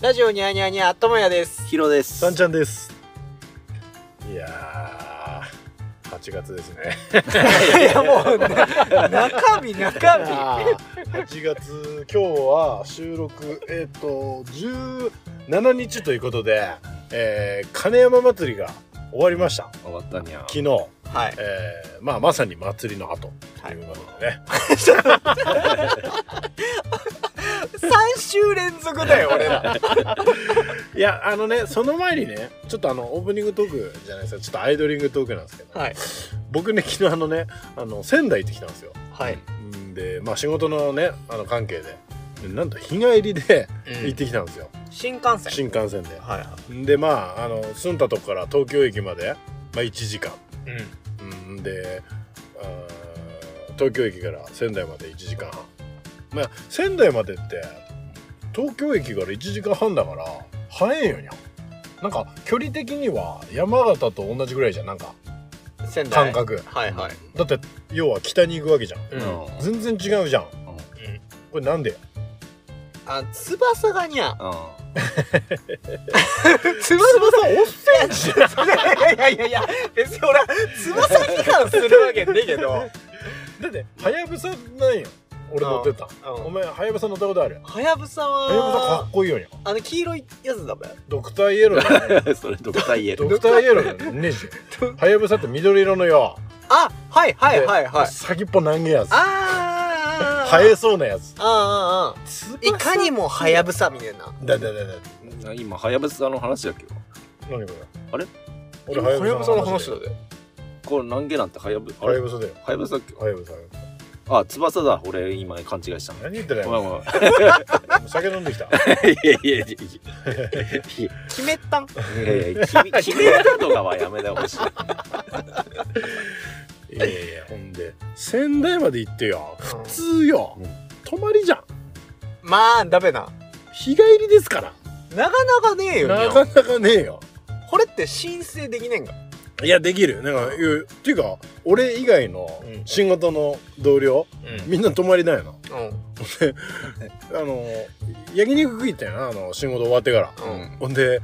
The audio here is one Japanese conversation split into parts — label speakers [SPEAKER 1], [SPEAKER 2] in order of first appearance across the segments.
[SPEAKER 1] ラジオニャーニャーニャーともやです
[SPEAKER 2] ヒロです
[SPEAKER 3] さんちゃんですいやー8月ですね
[SPEAKER 1] いやもうな中身中身
[SPEAKER 3] 8月今日は収録えっ、と17日ということで、えー金山祭りが終わりました
[SPEAKER 2] 終わったにゃ
[SPEAKER 3] 昨日、
[SPEAKER 1] はい
[SPEAKER 3] えーまあ、まさに祭りの後ということでね、
[SPEAKER 1] 3週連続だよ俺ら
[SPEAKER 3] い、やあのねその前にねちょっとあのオープニングトークじゃないですかちょっとアイドリングトークなんですけど、
[SPEAKER 1] はい
[SPEAKER 3] 僕ね昨日あのねあの仙台行ってきたんですよ
[SPEAKER 1] はい、
[SPEAKER 3] うんでまあ仕事のねあの関係ででなんと日帰りで
[SPEAKER 1] う
[SPEAKER 3] 行っ
[SPEAKER 1] ん、
[SPEAKER 3] てきたんですよ、
[SPEAKER 1] 新幹線
[SPEAKER 3] 新幹線で
[SPEAKER 1] はいは
[SPEAKER 3] でまああの住んだとこから東京駅まで、まあ、1時間、
[SPEAKER 1] い、うん、
[SPEAKER 3] うん、であー東京駅から仙台まで1時間半まあ仙台までって東京駅から1時間半だから早いよにゃなんか距離的には山形と同じぐらいじゃんなんか
[SPEAKER 1] 仙台
[SPEAKER 3] 感覚
[SPEAKER 1] はいはい、
[SPEAKER 3] だって要は北に行くわけじゃん
[SPEAKER 1] うん
[SPEAKER 2] うん
[SPEAKER 3] 全然違うじゃんこれなんで
[SPEAKER 1] あ翼がにゃ
[SPEAKER 2] う
[SPEAKER 1] 翼おっせんいやいやいや別に俺は翼批判するわけねえけ ど、
[SPEAKER 3] だってはやぶさなんよ俺乗ってたお
[SPEAKER 1] うん、
[SPEAKER 3] 前はやぶさ乗ったことある
[SPEAKER 1] はやぶさ
[SPEAKER 3] はやぶさか
[SPEAKER 1] は
[SPEAKER 3] っこいいよにゃ
[SPEAKER 1] あの黄色いやつだべ
[SPEAKER 3] ドクターイエローだよね
[SPEAKER 2] んそれドクターイエ ロ
[SPEAKER 3] ドクターイエローだよねはやぶさって緑色のよ
[SPEAKER 1] あはいはいはいはい
[SPEAKER 3] 先っぽ長いやつ
[SPEAKER 1] あーあーあー
[SPEAKER 3] 生えそうなやつ
[SPEAKER 1] あーあーいかに
[SPEAKER 3] も
[SPEAKER 1] もはやぶさみたいな
[SPEAKER 3] だだだだ
[SPEAKER 2] 今はやぶさの話だっけど
[SPEAKER 3] 何これ
[SPEAKER 2] あれ
[SPEAKER 3] 俺はやぶさの話だよ
[SPEAKER 1] で
[SPEAKER 2] これ何げなんてはやぶあ
[SPEAKER 3] は
[SPEAKER 2] れ
[SPEAKER 3] やぶさだよ
[SPEAKER 2] はやぶさだっけ
[SPEAKER 3] はやぶさ
[SPEAKER 2] あ翼だ俺今勘違いしたの
[SPEAKER 3] 何言ってんだ
[SPEAKER 2] ごめん
[SPEAKER 3] よ
[SPEAKER 2] ごめん
[SPEAKER 3] 酒飲んできた
[SPEAKER 2] いやいやいやい
[SPEAKER 1] 決めたん
[SPEAKER 2] やいやいや君君だとかはやめてほしい
[SPEAKER 3] いやいやいやほんで仙台まで行ってよ普通よ
[SPEAKER 2] うん
[SPEAKER 3] 泊まりじゃん
[SPEAKER 1] まあダメな
[SPEAKER 3] 日帰りですから
[SPEAKER 1] なかなかねえよ
[SPEAKER 3] な
[SPEAKER 1] にゃ
[SPEAKER 3] かなかねえよ
[SPEAKER 1] これって申請できねえんか
[SPEAKER 3] いやできるなんかいうっていうか俺以外の仕事の同僚
[SPEAKER 1] う
[SPEAKER 3] みんな泊まりないの
[SPEAKER 1] んうん
[SPEAKER 3] あの焼肉食い行ったんやなあの仕事終わってから、
[SPEAKER 1] うん
[SPEAKER 3] ほんで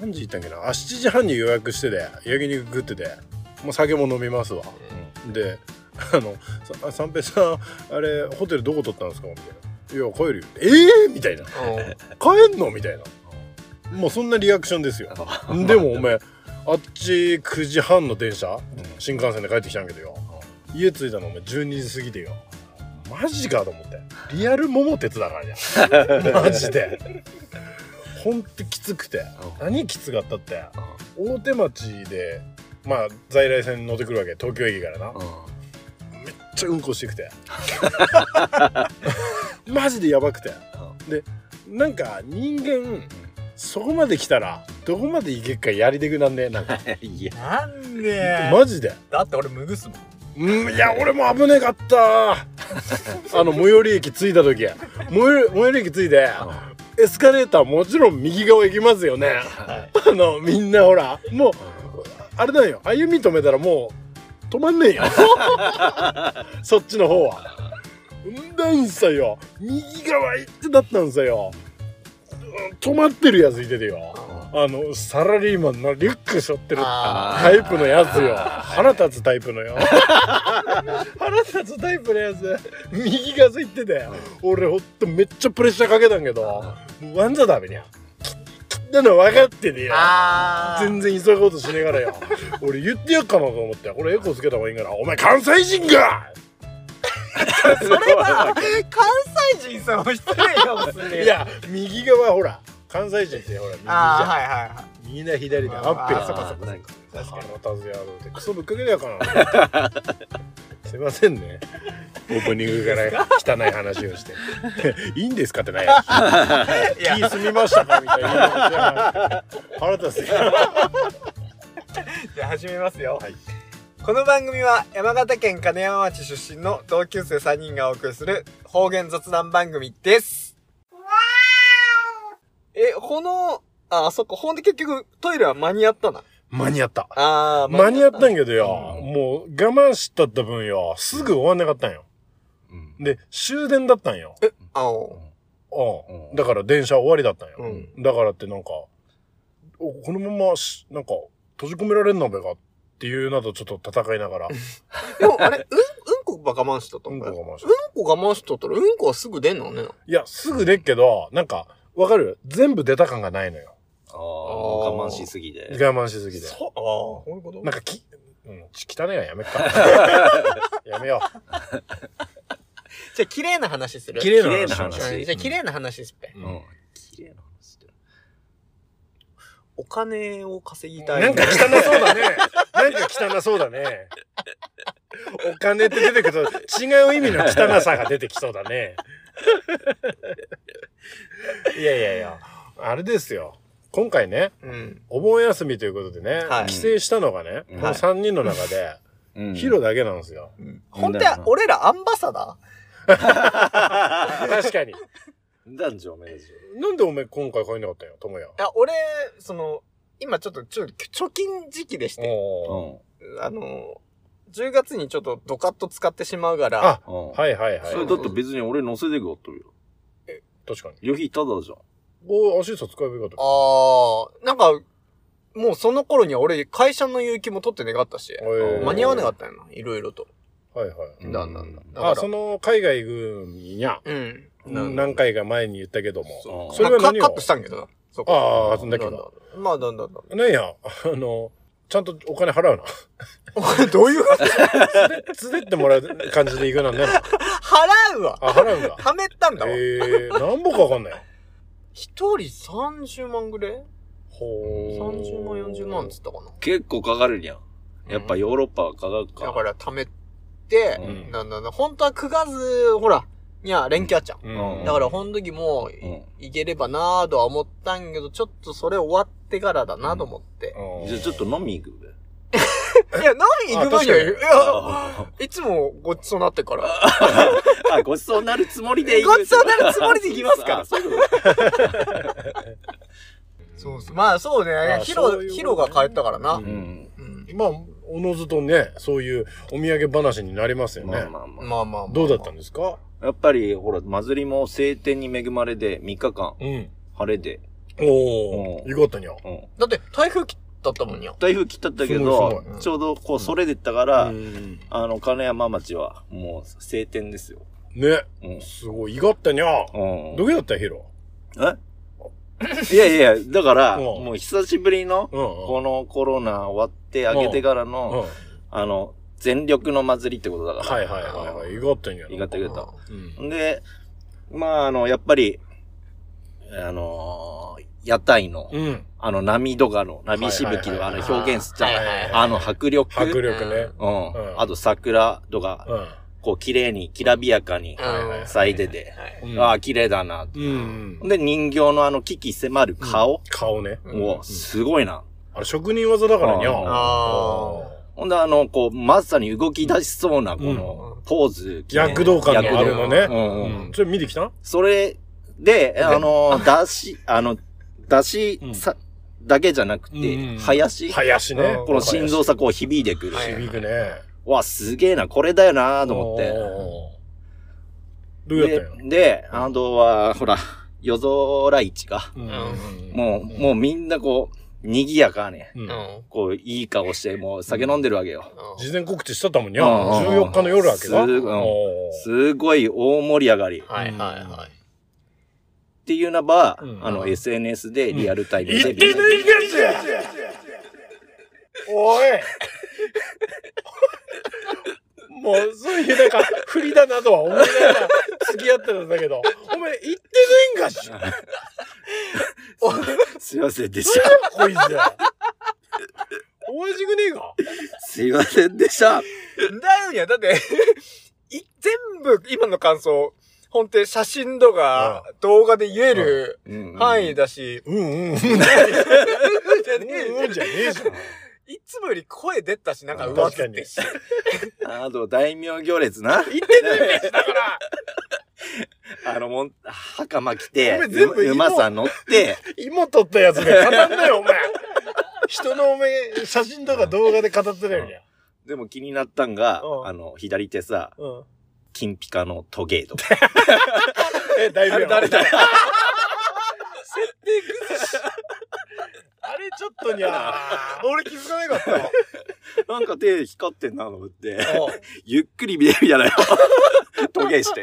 [SPEAKER 3] 何時行ったんやっけなあ7時半に予約してで焼肉食っててもう酒も飲みますわであの「さ三平さんあれホテルどこ取ったんですか?」みたいな「いや帰るよ」「ええー!」みたいな「帰んの?」みたいなもうそんなリアクションですよでもお前あっち9時半の電車新幹線で帰ってきたんやけどよ家着いたのお前12時過ぎてよマジかと思ってリアル桃鉄だからねマジでほんときつくて何きつかったって大手町でまあ在来線に乗ってくるわけ東京駅からなめっちゃうんこしてくて マジでやばくてなんか人間そこまで来たらどこまで行けっかやりでくなんねなんか
[SPEAKER 2] いや
[SPEAKER 1] なんで
[SPEAKER 3] マジで
[SPEAKER 1] だって俺むぐすもん
[SPEAKER 3] うんいや俺も危ねか ったあの最寄り駅着いた時最寄り最寄り駅着いてエスカレーターもちろん右側行きますよね
[SPEAKER 1] はい
[SPEAKER 3] あのみんなほらもうあれだよ歩み止めたらもう止まんねえよそっちの方はうんだんさよ右側行ってだったんさようん止まってるやついててよあのサラリーマンのリュック背負ってる
[SPEAKER 1] あ
[SPEAKER 3] タイプのやつよ腹立つタイプのよ 腹立つタイプのやつ右がついてて俺ほんとめっちゃプレッシャーかけたんけどもうわんざダメにゃききなの分かってねよ
[SPEAKER 1] あ
[SPEAKER 3] 全然急ごうとしねえからよ俺言ってやっかなと思って俺エコつけた方がいいから「お前関西人か!
[SPEAKER 1] それは関西人さんも失礼かもしれな」い
[SPEAKER 3] いや右側ほら関西人ってほら右じ
[SPEAKER 1] ああ
[SPEAKER 3] ゃ
[SPEAKER 1] はいはいはい
[SPEAKER 3] んみんな左でアッペル
[SPEAKER 1] あー
[SPEAKER 3] さ
[SPEAKER 1] そっかそ
[SPEAKER 3] か
[SPEAKER 1] っ
[SPEAKER 2] なんか
[SPEAKER 3] さか腹立つ野郎ってクソぶっかけだよ かなすいませんねオープニングから汚い話をして いいんですかってない
[SPEAKER 1] いや
[SPEAKER 3] 気済みましたかみたいな腹立つよ
[SPEAKER 1] じゃあ始めますよ、
[SPEAKER 3] はい
[SPEAKER 1] この番組は山形県金山町出身の同級生3人がお送りする方言雑談番組ですえこのああそっかほんで結局トイレは間に合ったな
[SPEAKER 3] 間に合った
[SPEAKER 1] あー
[SPEAKER 3] 間に合ったん
[SPEAKER 1] や
[SPEAKER 3] やけどよ、
[SPEAKER 2] う
[SPEAKER 3] もう我慢したった分よすぐ終わんなかったんよで、終電だったんよ。
[SPEAKER 1] あお
[SPEAKER 3] うん
[SPEAKER 2] うん
[SPEAKER 3] だから電車終わりだったん
[SPEAKER 1] う
[SPEAKER 3] よ、
[SPEAKER 1] ん。
[SPEAKER 3] だからってなんか、おこのままし、なんか、閉じ込められんのべかっていうなどちょっと戦いながら、
[SPEAKER 1] でも、あれ、うん、うんこば我慢しとった
[SPEAKER 3] うんん
[SPEAKER 1] か
[SPEAKER 3] こ
[SPEAKER 1] い
[SPEAKER 3] が回し
[SPEAKER 1] うんこ我慢しとったら、うんこはすぐ出んのね。
[SPEAKER 3] いや、すぐ出っけど、なんか、わかる全部出た感がないのよ。
[SPEAKER 2] ああ、我慢しすぎで。
[SPEAKER 3] 我慢しすぎて。
[SPEAKER 1] そう、ああ、こういうこと
[SPEAKER 3] なんかき、うん、ち汚いはやめっ か。やめよ
[SPEAKER 1] じゃあ、綺麗な話する。
[SPEAKER 3] う。綺麗
[SPEAKER 2] 綺麗
[SPEAKER 3] な
[SPEAKER 2] な
[SPEAKER 3] 話
[SPEAKER 2] 話。
[SPEAKER 1] うんじゃあ、綺麗な話すっぺ。
[SPEAKER 3] う
[SPEAKER 2] うんん。綺麗な話してる。
[SPEAKER 1] お金を稼ぎたい。
[SPEAKER 3] なんか汚そうだね。なんか汚そうだね。お金って出てくると違う意味の汚さが出てきそうだね。いやいやいや、あれですよ。今回ね、
[SPEAKER 1] うん。
[SPEAKER 3] お盆休みということでね、
[SPEAKER 1] はい
[SPEAKER 3] 帰省したのがね、
[SPEAKER 2] うん
[SPEAKER 3] この3人の中で、
[SPEAKER 2] うん
[SPEAKER 3] ヒロだけなんです よ。
[SPEAKER 1] ほんで、俺らアンバサダ
[SPEAKER 3] 確かに。
[SPEAKER 2] 男女名女。
[SPEAKER 3] なんでおめえ今回帰んなかったんよ、ともや。
[SPEAKER 1] ーいや、俺、その、今ちょっと、ちょっと、貯金時期でして、
[SPEAKER 3] おー
[SPEAKER 1] あの、10月にちょっとドカッと使ってしまうから、
[SPEAKER 3] あ、
[SPEAKER 2] うん。うん。
[SPEAKER 3] はいはいはい。
[SPEAKER 2] それだって別に俺乗せてくわっとるよ。
[SPEAKER 3] 確かに。
[SPEAKER 2] 旅費タダじゃん。
[SPEAKER 3] おー、アシスト使えばよかった。
[SPEAKER 1] あー、なんか、もうその頃には俺、会社の有給も取ってなかったし、
[SPEAKER 3] えー
[SPEAKER 1] 間に合わなかったんやな、いろいろと。
[SPEAKER 3] はいはい。
[SPEAKER 1] だんだんだ。だ
[SPEAKER 3] あ、
[SPEAKER 1] か
[SPEAKER 3] その海外軍にゃ、
[SPEAKER 1] ら、うん。
[SPEAKER 2] うん
[SPEAKER 3] 何回か前に言ったけども。
[SPEAKER 2] そう
[SPEAKER 3] それは
[SPEAKER 1] まあ
[SPEAKER 3] 何
[SPEAKER 1] カカッ
[SPEAKER 3] を
[SPEAKER 1] トしたんけどな。そこ
[SPEAKER 3] ああ、そんだけ
[SPEAKER 1] なん
[SPEAKER 3] ど。
[SPEAKER 1] だまあ、なんだなんだ。
[SPEAKER 3] なんや、あの、ちゃんとお金払うな。
[SPEAKER 1] お前どういうこと
[SPEAKER 3] つれってもらう感じで行くなんね。
[SPEAKER 1] 払うわ
[SPEAKER 3] あ、払うんだ。
[SPEAKER 1] 貯めたんだわ。
[SPEAKER 3] ええー、何本かわかんない。
[SPEAKER 1] 一人30万ぐらい
[SPEAKER 3] ほー
[SPEAKER 1] ?30 万、40万っつったかな。
[SPEAKER 2] 結構かかるやん。やっぱヨーロッパはかかるか。
[SPEAKER 1] だから貯めて、
[SPEAKER 2] うん
[SPEAKER 1] なんだなんだ、本当は9月、ほら、いや、連休あっちゃん。
[SPEAKER 3] うん。
[SPEAKER 1] だから、ほん時も、い
[SPEAKER 2] うん
[SPEAKER 1] ければなぁとは思ったんやけど、ちょっとそれ終わってからだなと思って。
[SPEAKER 3] うん
[SPEAKER 2] じゃあちょっと飲み行くべ。
[SPEAKER 1] いや、何行く前には、い
[SPEAKER 3] あ確
[SPEAKER 1] や、いつもごちそうなってから。
[SPEAKER 2] あ、ごちそうなるつもりで行く。
[SPEAKER 1] ごちそうなるつもりで行きますから
[SPEAKER 2] あ そういうこ
[SPEAKER 1] そうそう。まあ、そう
[SPEAKER 3] あ
[SPEAKER 1] ね。ヒ
[SPEAKER 3] そ
[SPEAKER 1] ロ、
[SPEAKER 3] ういうことね
[SPEAKER 1] ヒロが帰ったからな。
[SPEAKER 2] とうん。
[SPEAKER 1] うん
[SPEAKER 3] まあ、おのずとね、そういうお土産話になりますよね。
[SPEAKER 2] まあまあまあ。
[SPEAKER 1] まあまあまあ。
[SPEAKER 3] どうだったんですか
[SPEAKER 2] やっぱり、ほら、祭りも晴天に恵まれで、3日間、
[SPEAKER 3] うん。
[SPEAKER 2] 晴れで、
[SPEAKER 3] お
[SPEAKER 2] う
[SPEAKER 3] ー、
[SPEAKER 2] ん
[SPEAKER 3] よかったにゃ。
[SPEAKER 2] うん。
[SPEAKER 1] だって、台風来たったもんにゃ。
[SPEAKER 2] 台風来たったけ
[SPEAKER 3] すごい
[SPEAKER 2] ど
[SPEAKER 3] す
[SPEAKER 1] ごい、
[SPEAKER 2] ちょうどこう、それでったから、
[SPEAKER 3] うん
[SPEAKER 2] あの、金山町は、もう、晴天ですよ。
[SPEAKER 3] ね、
[SPEAKER 2] うん。
[SPEAKER 3] すごい、いがったにゃ。
[SPEAKER 2] うん。
[SPEAKER 3] どけだったヒロ。
[SPEAKER 2] えいやいや、だから、
[SPEAKER 3] うん
[SPEAKER 2] もう久しぶりの、
[SPEAKER 3] うんうん。
[SPEAKER 2] このコロナ終わって、明けてから
[SPEAKER 3] うん
[SPEAKER 2] の、
[SPEAKER 3] は
[SPEAKER 2] あの、全力の祭りってことだから。
[SPEAKER 3] いはいはいはい。いがったにゃ。
[SPEAKER 2] いがったけど。
[SPEAKER 3] うん。
[SPEAKER 2] で、まあ、あの、やっぱり、あのー屋台の、
[SPEAKER 3] うん。
[SPEAKER 2] あの、波とかの、波しぶきとか、
[SPEAKER 3] は
[SPEAKER 2] あ
[SPEAKER 3] いはいはい
[SPEAKER 2] の、
[SPEAKER 3] はい
[SPEAKER 2] 表現すっちゃう。
[SPEAKER 1] はいはいはい
[SPEAKER 2] あの、迫力。
[SPEAKER 3] 迫力ね。
[SPEAKER 2] うん。
[SPEAKER 3] うん
[SPEAKER 2] あと、桜とか、
[SPEAKER 3] うん。
[SPEAKER 2] こう、綺麗に、きらびやかに
[SPEAKER 1] うんはいはい
[SPEAKER 2] 咲いてて、
[SPEAKER 1] はい
[SPEAKER 3] うん
[SPEAKER 2] ああ、綺麗だな。
[SPEAKER 3] うん。
[SPEAKER 2] で、人形のあの、危機迫る顔、
[SPEAKER 3] 顔ね。
[SPEAKER 1] う
[SPEAKER 2] うんすごいな。
[SPEAKER 3] あれ職人技だからにゃ。
[SPEAKER 2] うん
[SPEAKER 1] あ
[SPEAKER 2] ほんで、あの、こう、まさに動き出しそうな、こ
[SPEAKER 1] う
[SPEAKER 2] の、ポーズ。
[SPEAKER 3] 躍動感のあるのね。
[SPEAKER 2] 躍動うん
[SPEAKER 3] う
[SPEAKER 2] うん
[SPEAKER 3] ん。それ見てきた
[SPEAKER 2] それで、あの、だし、あの、だし
[SPEAKER 3] うん
[SPEAKER 2] さ、だけじゃなく
[SPEAKER 3] うんうん
[SPEAKER 2] て、林、
[SPEAKER 3] 林ね
[SPEAKER 1] うん。
[SPEAKER 2] この心臓さ、こう響いてくる。
[SPEAKER 1] はい
[SPEAKER 3] 響くね。
[SPEAKER 2] わ、すげえな、これだよなと思っ
[SPEAKER 3] おー
[SPEAKER 2] て。
[SPEAKER 3] どうやったんや
[SPEAKER 2] で、で、あとは、ほら、夜空市が、
[SPEAKER 3] うん
[SPEAKER 2] もう、もうみんなこう、賑やかね、
[SPEAKER 3] うん。
[SPEAKER 1] うん。うん
[SPEAKER 2] こう、いい顔して、もう酒飲んでるわけよ。
[SPEAKER 3] 事前告知したったもんにゃ。
[SPEAKER 2] うんうんうん
[SPEAKER 3] 14日の夜明けが。
[SPEAKER 2] すうん
[SPEAKER 3] おー
[SPEAKER 2] すごい大盛り上がり。っ
[SPEAKER 1] はいはいはい。
[SPEAKER 2] ていうなば、
[SPEAKER 3] うん
[SPEAKER 2] あの、SNS でリアルタイム
[SPEAKER 3] 言
[SPEAKER 2] で
[SPEAKER 3] ってねえやつやおいもうそういうなんか振りだなとは思いながら付き合ってたんだけどお前言ってねえんかし
[SPEAKER 2] すいませんでした。
[SPEAKER 3] こいつおいしくねえか
[SPEAKER 2] すいませんでした。
[SPEAKER 1] だよにゃ、だって、 い全部、今の感想、本当に写真とか、動画で言える
[SPEAKER 2] うん
[SPEAKER 1] 範囲だし、
[SPEAKER 3] うんうんうんうん
[SPEAKER 1] じゃねえよ
[SPEAKER 3] じゃねえじゃん
[SPEAKER 1] いつもより声出たし、なんか
[SPEAKER 2] うん
[SPEAKER 1] 上手ってし。
[SPEAKER 2] あと、大名行列な。
[SPEAKER 3] 言ってねえだから
[SPEAKER 2] あの、もん、袴着
[SPEAKER 3] ご
[SPEAKER 2] て
[SPEAKER 3] めん全部、言おう
[SPEAKER 2] 馬さん乗って、
[SPEAKER 3] 芋取ったやつで語んなよお前人のお前写真とか動画で語ってたよりゃ
[SPEAKER 2] でも気になったんが
[SPEAKER 3] う、ん
[SPEAKER 2] あの、左手さ、
[SPEAKER 3] うん
[SPEAKER 2] 金ピカのトゲーとか。
[SPEAKER 3] え、大名。
[SPEAKER 2] 誰だ
[SPEAKER 3] あれちょっとにゃー。俺気づかなかった。
[SPEAKER 2] なんか手光ってんなと思って、
[SPEAKER 1] お
[SPEAKER 2] ゆっくり見れるじゃないよ。トゲして。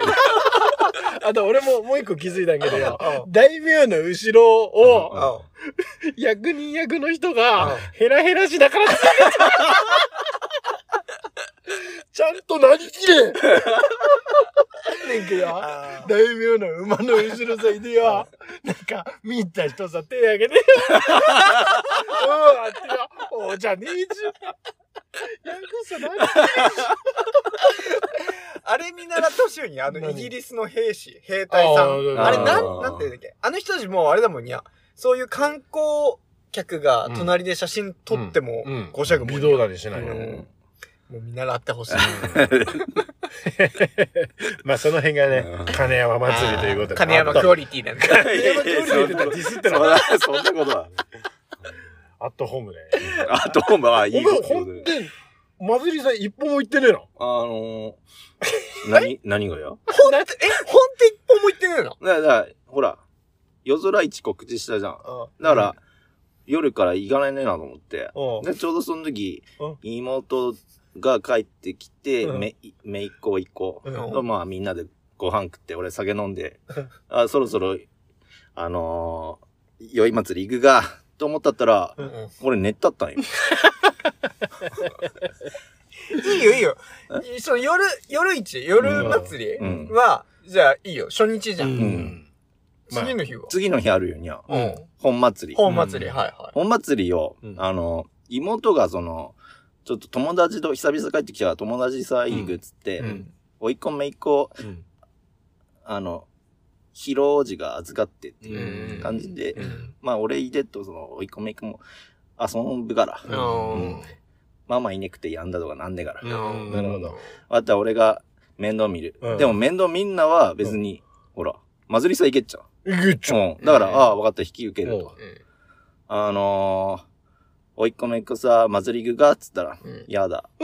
[SPEAKER 4] あと俺ももう一個気づいたんやけどよ。大名の後ろを
[SPEAKER 1] お
[SPEAKER 4] 役人役の人がヘラヘラしだからってちゃんとなりきれねんけど
[SPEAKER 1] あ
[SPEAKER 4] 大名の馬の後ろさいでよなんか見た人さ手あげてようんあってよおじゃねえじゃん役さなりきれ
[SPEAKER 1] あれ見習ってほしいよに、あの、イギリスの兵士、兵隊さん。
[SPEAKER 2] あー
[SPEAKER 1] あれ、な
[SPEAKER 2] あ
[SPEAKER 1] ん、
[SPEAKER 2] ー
[SPEAKER 1] なんていうんだっけあの人たちもうあれだもんにゃ。そういう観光客が隣で写真撮っても
[SPEAKER 3] う、ん
[SPEAKER 1] ごしゃくもん
[SPEAKER 3] 微
[SPEAKER 1] に
[SPEAKER 3] 動だにしないよ。
[SPEAKER 1] うんもう見習ってほしい。
[SPEAKER 3] まあその辺 がね
[SPEAKER 2] うん、
[SPEAKER 3] 金山祭りということで。
[SPEAKER 1] 金山クオリティなんだ。
[SPEAKER 2] い
[SPEAKER 3] 金
[SPEAKER 2] やい
[SPEAKER 3] 山
[SPEAKER 2] や
[SPEAKER 3] クオリティって言ったらディスって
[SPEAKER 2] そ
[SPEAKER 3] の
[SPEAKER 2] んなそんなことは。
[SPEAKER 3] アットホームで。
[SPEAKER 2] あと、まあ、い
[SPEAKER 3] お
[SPEAKER 2] いこ
[SPEAKER 3] 前、
[SPEAKER 2] と
[SPEAKER 3] ほん
[SPEAKER 2] で。
[SPEAKER 3] で、祭りさん一歩も行ってねえの
[SPEAKER 2] あのー、 何、何がよ
[SPEAKER 1] ほんと、え、ほんと一本も言ってねえの
[SPEAKER 2] だからだから、ほら、夜空一告知したじゃん。だから、夜から行かないねえなと思って。
[SPEAKER 4] おう
[SPEAKER 2] でちょうどその時
[SPEAKER 4] うん、
[SPEAKER 2] 妹が帰ってきて、
[SPEAKER 4] うん
[SPEAKER 2] め、めいっ子一個。
[SPEAKER 1] うん
[SPEAKER 2] まあみんなでご飯食って、俺酒飲んで、あ、そろそろ、あのー、宵祭り行くが、と思ったったら、
[SPEAKER 1] うん
[SPEAKER 2] 俺寝たったんよ。
[SPEAKER 1] いいよ、いいよ。その夜、夜市、夜祭
[SPEAKER 2] う
[SPEAKER 1] り
[SPEAKER 2] ん。
[SPEAKER 1] は、じゃあいいよ。初日じゃん。
[SPEAKER 2] ん
[SPEAKER 3] まあ
[SPEAKER 1] 次の日は。
[SPEAKER 2] 次の日あるよにゃ、
[SPEAKER 1] うん。
[SPEAKER 2] 本祭り。
[SPEAKER 1] 本祭り、
[SPEAKER 3] うん
[SPEAKER 1] はいは
[SPEAKER 2] 本祭りを、
[SPEAKER 3] うん
[SPEAKER 2] あの、妹がその、ちょっと友達と久々帰ってきたから友達さ、行くっつって、
[SPEAKER 3] う
[SPEAKER 1] い。
[SPEAKER 3] ん
[SPEAKER 2] おいっ子めいっ子、
[SPEAKER 3] うん
[SPEAKER 2] あの、広おじが預かってって
[SPEAKER 3] う
[SPEAKER 2] いうん感じで、
[SPEAKER 1] うん
[SPEAKER 2] まあ俺いでとその、おいっ子めいっ子も遊ぶから、
[SPEAKER 1] う
[SPEAKER 3] うん
[SPEAKER 2] ママいねくてやんだとかなんでから。
[SPEAKER 3] うんなるほど。
[SPEAKER 2] あとは俺が面倒見る。
[SPEAKER 3] うん
[SPEAKER 2] でも面倒みんなは別に、ほら、祭りさ行けっちゃう。
[SPEAKER 3] ぐっちょ。
[SPEAKER 2] うん。だから、
[SPEAKER 1] うん
[SPEAKER 2] ああ、わかった、引き受けると
[SPEAKER 3] も。
[SPEAKER 2] あのー、おいっ子めいっ子さ、祭り行くかっつったら、
[SPEAKER 1] うん
[SPEAKER 2] やだ。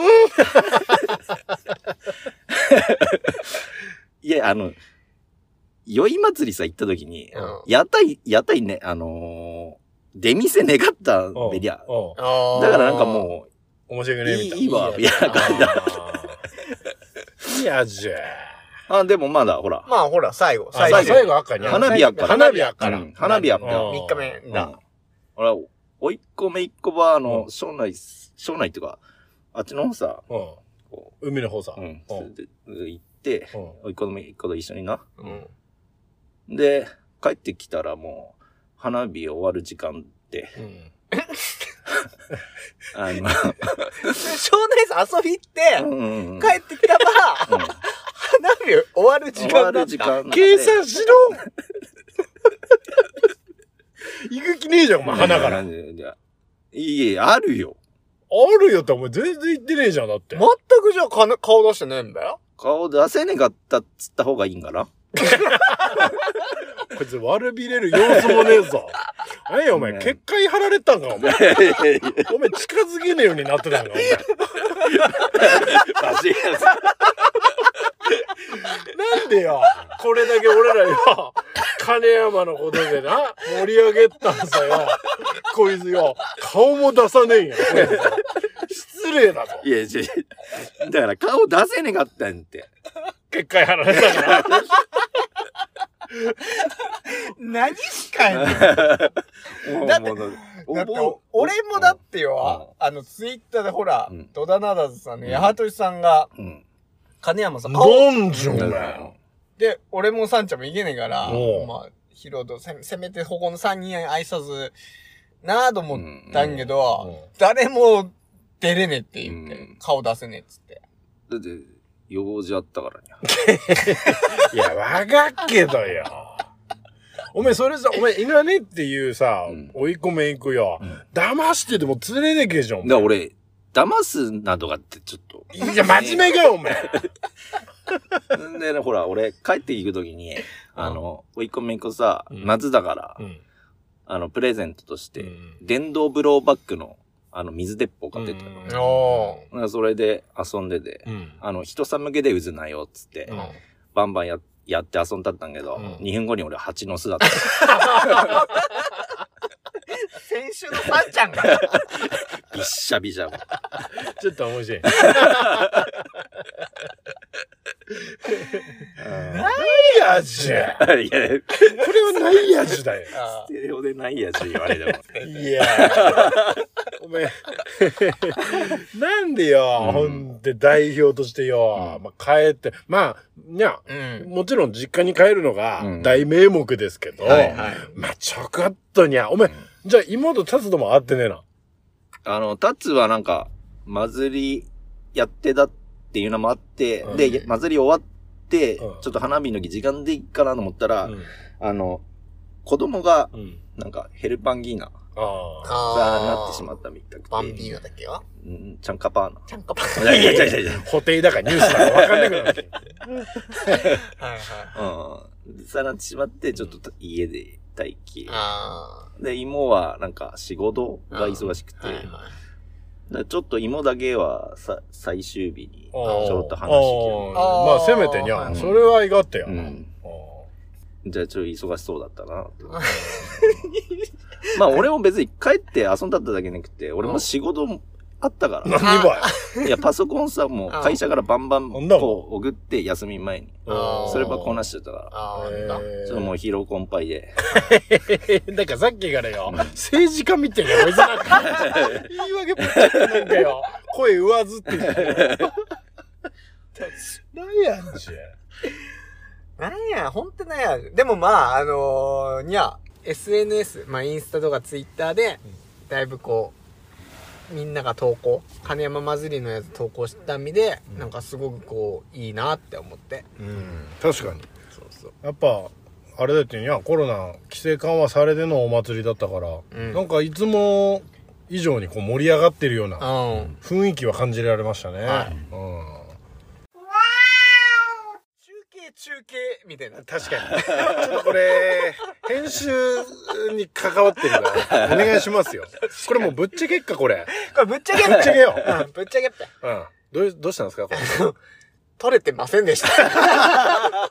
[SPEAKER 2] いや、あの、宵祭りさ行った時に、
[SPEAKER 1] うん
[SPEAKER 2] 屋台、屋台ね、あのー、出店願った
[SPEAKER 3] う
[SPEAKER 2] べりゃ。
[SPEAKER 3] おう
[SPEAKER 1] あー
[SPEAKER 2] だからなんかも
[SPEAKER 3] 面白く
[SPEAKER 2] う、
[SPEAKER 3] ねえ
[SPEAKER 2] い
[SPEAKER 3] みた
[SPEAKER 2] い
[SPEAKER 3] い
[SPEAKER 2] いいわ、みたいな感じだ。
[SPEAKER 3] いやじゃ
[SPEAKER 2] あ、でもまだ、ほら、
[SPEAKER 1] まあほら、最後、
[SPEAKER 3] あ
[SPEAKER 1] 最
[SPEAKER 2] 最後
[SPEAKER 1] 後。
[SPEAKER 3] 最後赤にゃ
[SPEAKER 1] 花
[SPEAKER 2] 花火やっから。
[SPEAKER 3] 花火やから
[SPEAKER 2] うん花火やっから。
[SPEAKER 3] うん
[SPEAKER 1] 3日目だ。
[SPEAKER 2] ほら、おいっ子めいっ子は、あの
[SPEAKER 3] う、ん
[SPEAKER 2] 庄内、庄内っていうか、あっちの方さ、こ
[SPEAKER 3] うん海の方さ
[SPEAKER 2] う、うん、
[SPEAKER 3] う
[SPEAKER 2] 連
[SPEAKER 3] ん
[SPEAKER 2] れて行って、
[SPEAKER 3] うん
[SPEAKER 2] おいっ子のめいっ子と一緒にな。
[SPEAKER 1] うん。
[SPEAKER 2] で、帰ってきたらもう、花火終わる時間って、
[SPEAKER 3] うん
[SPEAKER 2] あの、
[SPEAKER 1] 少年さん遊び行って、
[SPEAKER 2] うんうんうん
[SPEAKER 1] 帰ってきたら、
[SPEAKER 2] うん
[SPEAKER 1] 花火終わ る時
[SPEAKER 2] 終わ
[SPEAKER 1] 間だ
[SPEAKER 2] る
[SPEAKER 1] っ
[SPEAKER 2] 時
[SPEAKER 1] た。
[SPEAKER 2] 間
[SPEAKER 3] 計算しろ 行く気ねえじゃん、お前、花から。あ
[SPEAKER 2] いやいやいや、あるよ。
[SPEAKER 3] るよって、お前全然行ってねえじゃん、だって。
[SPEAKER 1] 全くじゃあか顔出してねえんだよ。
[SPEAKER 2] 顔出せねかったっつった方がいいんかな
[SPEAKER 3] こいつ悪びれる様子もねえ ぞ。何や、お前、
[SPEAKER 2] ね
[SPEAKER 3] 結界張られたんか、お前。お前、近づけねえようになってたんか、お 前。
[SPEAKER 2] マジ
[SPEAKER 3] なんでよ、これだけ俺らよ、金山のことでな、盛り上げたんさよ。こいつよ、顔も出さねえんや。こいつ失礼だぞ。
[SPEAKER 2] いや、ちだから顔出せねかったんって。
[SPEAKER 3] 結界張られたから。
[SPEAKER 1] 何しかい だ
[SPEAKER 2] だ
[SPEAKER 1] ってだって
[SPEAKER 2] お、
[SPEAKER 1] 俺もだってよ、あの、ツイッターでほら
[SPEAKER 2] うん、
[SPEAKER 1] 戸田ナダズさんの八幡さんが、
[SPEAKER 2] うん。
[SPEAKER 1] 金山さん、顔
[SPEAKER 3] どんじょ、お
[SPEAKER 2] だ
[SPEAKER 3] 前。
[SPEAKER 2] から
[SPEAKER 1] で、俺もサンちゃんもいけねえから、
[SPEAKER 3] おう
[SPEAKER 1] まあ、ヒロド、せめせめてここの3人挨拶なあと思ったんけど、誰も出れねえって言って、
[SPEAKER 2] うん
[SPEAKER 1] 顔出せねえっつって。
[SPEAKER 2] だって、用事あったからにゃ。
[SPEAKER 3] いや、わかっけどよ。お前、それさ、お前、いらねえっていうさ
[SPEAKER 2] うん、
[SPEAKER 3] 追い込め行くよ
[SPEAKER 2] うん。
[SPEAKER 3] 騙してでも連れねえけじゃん。お
[SPEAKER 2] だから
[SPEAKER 3] 前
[SPEAKER 2] 俺、騙すなとかってちょっと。
[SPEAKER 3] いや、真面目かよ、お 前。
[SPEAKER 2] んでね、ほら、俺、帰って行くときに、あの、追い込みっ子さ、
[SPEAKER 3] うん
[SPEAKER 2] 夏だから、
[SPEAKER 3] うん
[SPEAKER 2] あの、プレゼントとして、
[SPEAKER 3] うん
[SPEAKER 2] 電動ブローバッグの、あの、水鉄砲買ってたの。
[SPEAKER 3] うん
[SPEAKER 2] だ
[SPEAKER 1] おお
[SPEAKER 2] からそれで遊んでて、
[SPEAKER 3] うん
[SPEAKER 2] あの、人さ向けで渦なよ、っつって、
[SPEAKER 3] うん
[SPEAKER 2] バンバンやっやって遊んだったんだけど、
[SPEAKER 4] うん
[SPEAKER 2] 2分後に俺蜂の巣だった。
[SPEAKER 1] 先週のさんちゃんが。
[SPEAKER 2] びっしゃびしゃ。
[SPEAKER 3] ちょっと面白い。
[SPEAKER 2] うん
[SPEAKER 3] いやじゃ
[SPEAKER 2] いや、ス
[SPEAKER 3] これはないやじだよ。
[SPEAKER 4] あ
[SPEAKER 2] テレオでないやつ言われても。
[SPEAKER 3] いやごめん。なんでよ、
[SPEAKER 2] うん
[SPEAKER 3] ほんで代表としてよ、
[SPEAKER 2] う
[SPEAKER 3] まあ、帰って、まあ、にゃ、
[SPEAKER 4] ーうん。
[SPEAKER 3] もちろん実家に帰るのが
[SPEAKER 2] うん
[SPEAKER 3] 大名目ですけど、
[SPEAKER 2] はい
[SPEAKER 4] はい。
[SPEAKER 3] まあ、ちょ こっとにゃ、おめん、じゃあ妹と達とも会ってねえな。
[SPEAKER 2] あの、タッツはなんか、マズリやってたっていうのもあって、
[SPEAKER 3] うん
[SPEAKER 2] で、マズリ終わって、
[SPEAKER 3] うん
[SPEAKER 2] ちょっと花火の時間でいいかなと思ったら、
[SPEAKER 3] うん。
[SPEAKER 2] あの、子供が、
[SPEAKER 3] うん、
[SPEAKER 2] なんか、ヘルパンギーナ
[SPEAKER 3] あ
[SPEAKER 2] が
[SPEAKER 4] あ
[SPEAKER 2] なってしま
[SPEAKER 4] う。
[SPEAKER 2] ったみたくて。
[SPEAKER 4] バンビーナだっけよ。
[SPEAKER 2] うん、ちゃんかパー
[SPEAKER 4] ちゃんかバン。
[SPEAKER 2] ナ。いやいやいやいやいや。
[SPEAKER 3] あ。補定だかニュースだかわかんなくな る。
[SPEAKER 4] はいはい。
[SPEAKER 2] うん。さらってしまって、ちょっと家で待機。
[SPEAKER 4] あ
[SPEAKER 2] で、妹は、なんか、仕事が忙しくて
[SPEAKER 4] あ。、はいはい。
[SPEAKER 2] でちょっと妹だけは、さ、最終日に、ち
[SPEAKER 3] あー
[SPEAKER 2] ょっと話聞い
[SPEAKER 3] あ
[SPEAKER 2] て。
[SPEAKER 3] ーまあ、せめてにゃ、
[SPEAKER 2] うん
[SPEAKER 3] それは意外ったよ。
[SPEAKER 2] うん。
[SPEAKER 3] あ
[SPEAKER 2] じゃあちょっと忙しそうだったなって。まあ俺も別に帰って遊んだっただけじゃなくて、俺も仕事もあったか
[SPEAKER 3] ー何ばい
[SPEAKER 2] ら。いや、パソコンさ、もう会社からバンバン
[SPEAKER 3] あんなもん
[SPEAKER 2] こう送って休み前に。
[SPEAKER 4] あー
[SPEAKER 2] そればこなしてたから。
[SPEAKER 4] ああ、なんだ。
[SPEAKER 2] ちょっともう疲労困憊で。
[SPEAKER 3] えーなんかさっきからよ、政治家みたいなこいつなんか言い訳ばっかりなんかよ、 声上ずってる。なんやんじ
[SPEAKER 4] なんや、ほんとなんや。でもまあ、あのー、にゃ、SNS、まあインスタとかツイッターで、だいぶこう、みんなが投稿、金山まずりのやつ投稿したみで、
[SPEAKER 3] うん
[SPEAKER 4] なんかすごくこう、いいなって思って。
[SPEAKER 3] うん、確かに。
[SPEAKER 4] そうそう。
[SPEAKER 3] やっぱ、あれだっていや、コロナ、規制緩和されてのお祭りだったから、
[SPEAKER 4] うん
[SPEAKER 3] なんかいつも以上にこう盛り上がってるような
[SPEAKER 4] うん。
[SPEAKER 3] 雰囲気は感じられましたね。
[SPEAKER 4] は中継中継みたいな
[SPEAKER 3] うん。。確かに。 ちょっとこれ、編集に関わってるから、 お願いしますよ。これもうぶっちゃけっか、これ。
[SPEAKER 4] これぶっちゃけ
[SPEAKER 3] ぶっちゃけよ。
[SPEAKER 4] うん、ぶっちゃけって。
[SPEAKER 3] うん。どう、どうしたんですかこ
[SPEAKER 4] 撮れてませんでした。
[SPEAKER 3] れ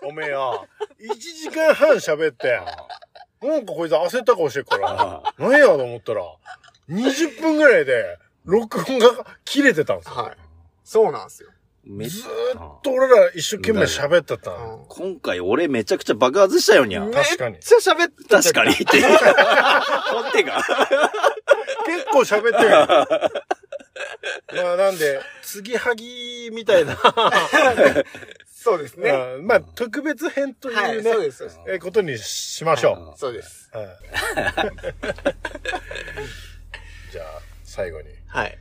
[SPEAKER 3] おめえよ。1時間半喋って。なんかこいつ焦った顔してる から。なんやと思ったら、20分ぐらいで、録音が切れてたんですよ。
[SPEAKER 4] はい。そうなんですよ。
[SPEAKER 2] め
[SPEAKER 3] ずーっと俺ら一生懸命喋ってた
[SPEAKER 4] う
[SPEAKER 3] の。
[SPEAKER 4] ん
[SPEAKER 2] 今回俺めちゃくちゃ爆発したよにゃ。
[SPEAKER 3] 確かに
[SPEAKER 4] めっちゃ喋ってた
[SPEAKER 2] 確かにっていう。ほってか。
[SPEAKER 3] 結構喋ってる。まあなんで、継ぎはぎみたい な。
[SPEAKER 4] そうですね。
[SPEAKER 3] うんまあ特別編と
[SPEAKER 4] はいい、
[SPEAKER 3] うね
[SPEAKER 4] そう、です。そうです
[SPEAKER 3] えーことにしましょ
[SPEAKER 4] そうです。
[SPEAKER 3] う。うんじゃあ、最後に。
[SPEAKER 4] はい。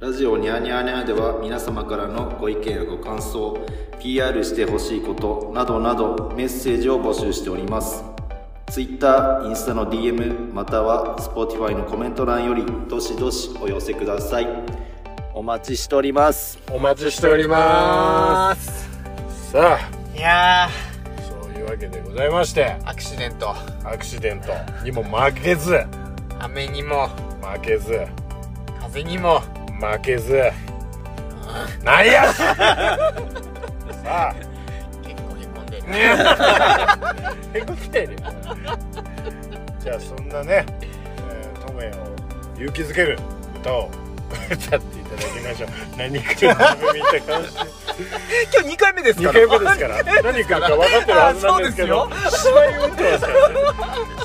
[SPEAKER 2] ラジオニャーニャーニャーでは皆様からのご意見やご感想、PR してほしいことなどなどメッセージを募集しております。Twitter、インスタの DM または Spotify のコメント欄よりどしどしお寄せください。お待ちしております。
[SPEAKER 3] お待ちしておりま
[SPEAKER 4] ます。
[SPEAKER 3] す。さあ。
[SPEAKER 4] いや
[SPEAKER 3] そういうわけでございまして
[SPEAKER 4] ー、アクシデント。
[SPEAKER 3] アクシデントにも負けず
[SPEAKER 4] 雨にも、
[SPEAKER 3] 負けず
[SPEAKER 4] 風にも、
[SPEAKER 3] 負けずなん やさあ
[SPEAKER 4] 結構へこんでる。
[SPEAKER 3] へこきてるじゃあそんなね、えー、トメを勇気づける歌を歌っていただきましょう何来る自分みたいな顔して
[SPEAKER 4] 今日2回目です
[SPEAKER 3] 2
[SPEAKER 4] から。
[SPEAKER 3] 回目 ですから何来るか分かってるはずなんですけど
[SPEAKER 4] あ
[SPEAKER 3] 芝居を打ってますから、ね、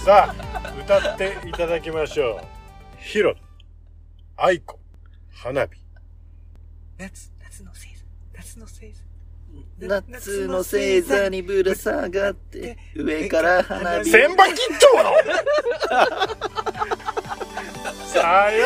[SPEAKER 3] さあ歌っていただきましょう「ヒロ」「アイコ」「花火
[SPEAKER 5] 夏夏の星座夏の星座
[SPEAKER 2] 夏の星座にぶら下がって上から花」火。
[SPEAKER 3] 千葉吉兆のさよ